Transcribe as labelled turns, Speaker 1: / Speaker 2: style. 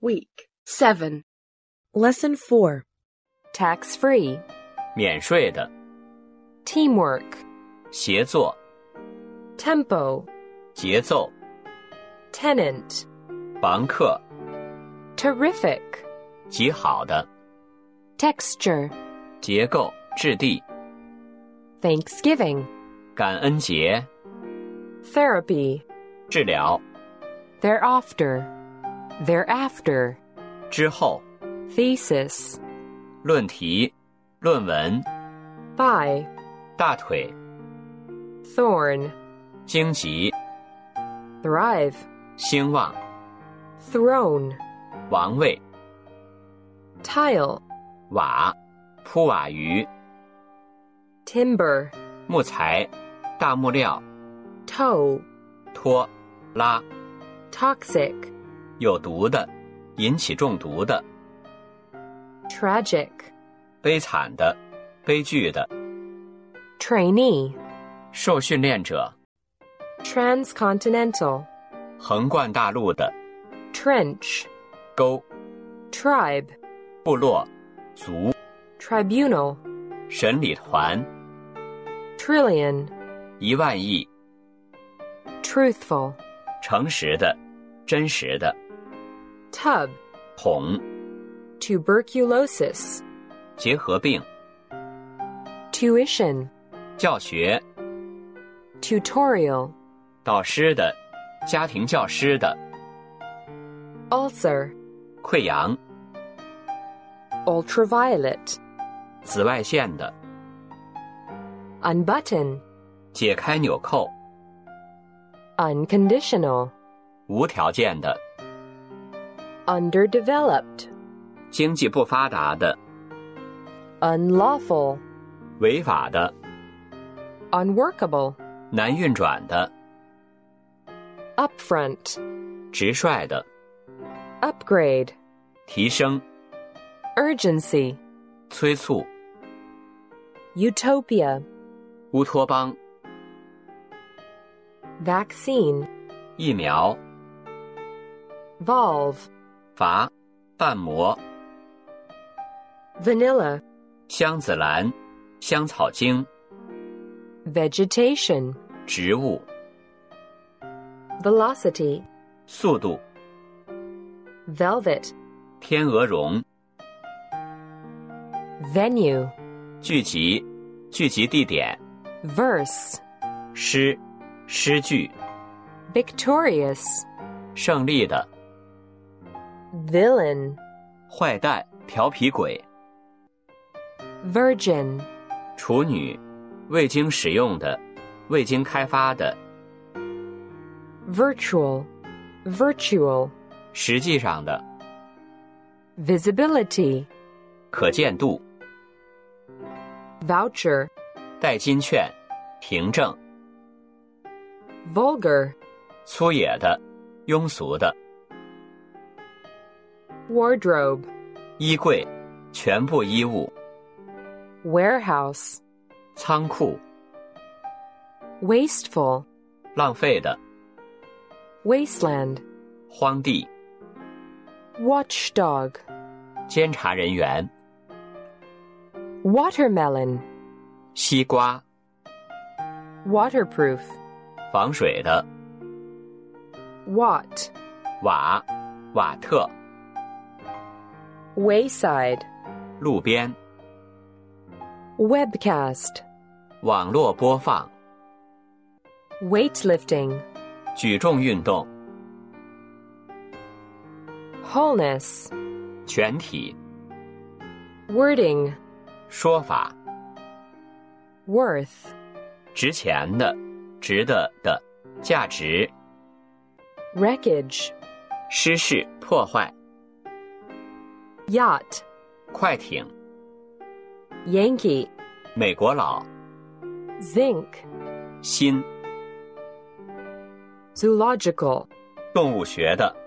Speaker 1: week. 7.
Speaker 2: Lesson 4
Speaker 3: tax free,
Speaker 4: 免税的，
Speaker 3: teamwork,
Speaker 4: 协作、
Speaker 3: tempo,
Speaker 4: 节奏、
Speaker 3: tenant,
Speaker 4: 房客、
Speaker 3: terrific,
Speaker 4: 极好的、
Speaker 3: texture,
Speaker 4: 结构、质地、
Speaker 3: Thanksgiving,
Speaker 4: 感恩节、
Speaker 3: therapy,
Speaker 4: 治疗、
Speaker 3: thereafter, thereafter,
Speaker 4: 之后、
Speaker 3: thesis,
Speaker 4: 论题、论文、
Speaker 3: by,
Speaker 4: 大腿、
Speaker 3: thorn,
Speaker 4: 荆棘、
Speaker 3: thrive,
Speaker 4: 兴旺、
Speaker 3: throne,
Speaker 4: 王位、
Speaker 3: tile,
Speaker 4: 瓦、铺瓦鱼、
Speaker 3: timber,
Speaker 4: 木材、大木料、
Speaker 3: toe,
Speaker 4: 拖、拉、
Speaker 3: toxic,
Speaker 4: 有毒的、引起中毒的、
Speaker 3: tragic,
Speaker 4: 悲惨的、悲剧的、
Speaker 3: trainee,
Speaker 4: 受训练者、
Speaker 3: transcontinental,
Speaker 4: 横贯大陆的、
Speaker 3: trench,
Speaker 4: 沟、
Speaker 3: tribe,
Speaker 4: 部落、族、
Speaker 3: tribunal,
Speaker 4: 审理团、
Speaker 3: trillion,
Speaker 4: 一万亿、
Speaker 3: truthful,
Speaker 4: 诚实的、真实的、
Speaker 3: tub,
Speaker 4: 桶、
Speaker 3: tuberculosis,
Speaker 4: 结核病、
Speaker 3: tuition,
Speaker 4: 教学、
Speaker 3: tutorial,
Speaker 4: 导师的、家庭教师的、
Speaker 3: ulcer,
Speaker 4: 溃疡、
Speaker 3: ultraviolet,
Speaker 4: 紫外线的、
Speaker 3: unbutton,
Speaker 4: 解开纽扣、
Speaker 3: unconditional,
Speaker 4: 无条件的、
Speaker 3: underdeveloped,
Speaker 4: 经济不发达的、
Speaker 3: unlawful,
Speaker 4: 违法的、
Speaker 3: unworkable,
Speaker 4: 难运转的、
Speaker 3: upfront,
Speaker 4: 直率的、
Speaker 3: upgrade,
Speaker 4: 提升、
Speaker 3: urgency,
Speaker 4: 催促、
Speaker 3: utopia,
Speaker 4: 乌托邦、
Speaker 3: vaccine,
Speaker 4: 疫苗、
Speaker 3: valve,
Speaker 4: 阀、瓣膜、
Speaker 3: vanilla,
Speaker 4: 香子兰、香草精、
Speaker 3: vegetation,
Speaker 4: 植物、
Speaker 3: velocity,
Speaker 4: 速度、
Speaker 3: velvet,
Speaker 4: 天鹅绒、
Speaker 3: venue,
Speaker 4: 聚集、聚集地点、
Speaker 3: verse,
Speaker 4: 诗、诗句、
Speaker 3: victorious,
Speaker 4: 胜利的、
Speaker 3: villain,
Speaker 4: 坏蛋、调皮鬼、
Speaker 3: virgin,
Speaker 4: 处女、未经使用的、未经开发的、
Speaker 3: virtual, virtual,
Speaker 4: 实际上的、
Speaker 3: visibility,
Speaker 4: 可见度、
Speaker 3: voucher,
Speaker 4: 代金券、凭证、
Speaker 3: vulgar,
Speaker 4: 粗野的、庸俗的、
Speaker 3: wardrobe,
Speaker 4: 衣柜、全部衣物、
Speaker 3: warehouse,
Speaker 4: 仓库、
Speaker 3: wasteful,
Speaker 4: 浪费的、
Speaker 3: wasteland,
Speaker 4: 荒地、
Speaker 3: watchdog,
Speaker 4: 监察人员、
Speaker 3: watermelon,
Speaker 4: 西瓜、
Speaker 3: waterproof,
Speaker 4: 防水的、
Speaker 3: watt,
Speaker 4: 瓦、瓦特、
Speaker 3: wayside,
Speaker 4: 路边、
Speaker 3: webcast,
Speaker 4: 网络播放、
Speaker 3: weightlifting,
Speaker 4: 举重运动、
Speaker 3: wholeness,
Speaker 4: 全体、
Speaker 3: wording,
Speaker 4: 说法、
Speaker 3: worth,
Speaker 4: 值钱的、值得的、价值、
Speaker 3: wreckage,
Speaker 4: 失事、破坏、
Speaker 3: yacht,
Speaker 4: 快艇、
Speaker 3: yankee,
Speaker 4: 美国佬、
Speaker 3: zinc,
Speaker 4: 新
Speaker 3: zoological,
Speaker 4: 动物学的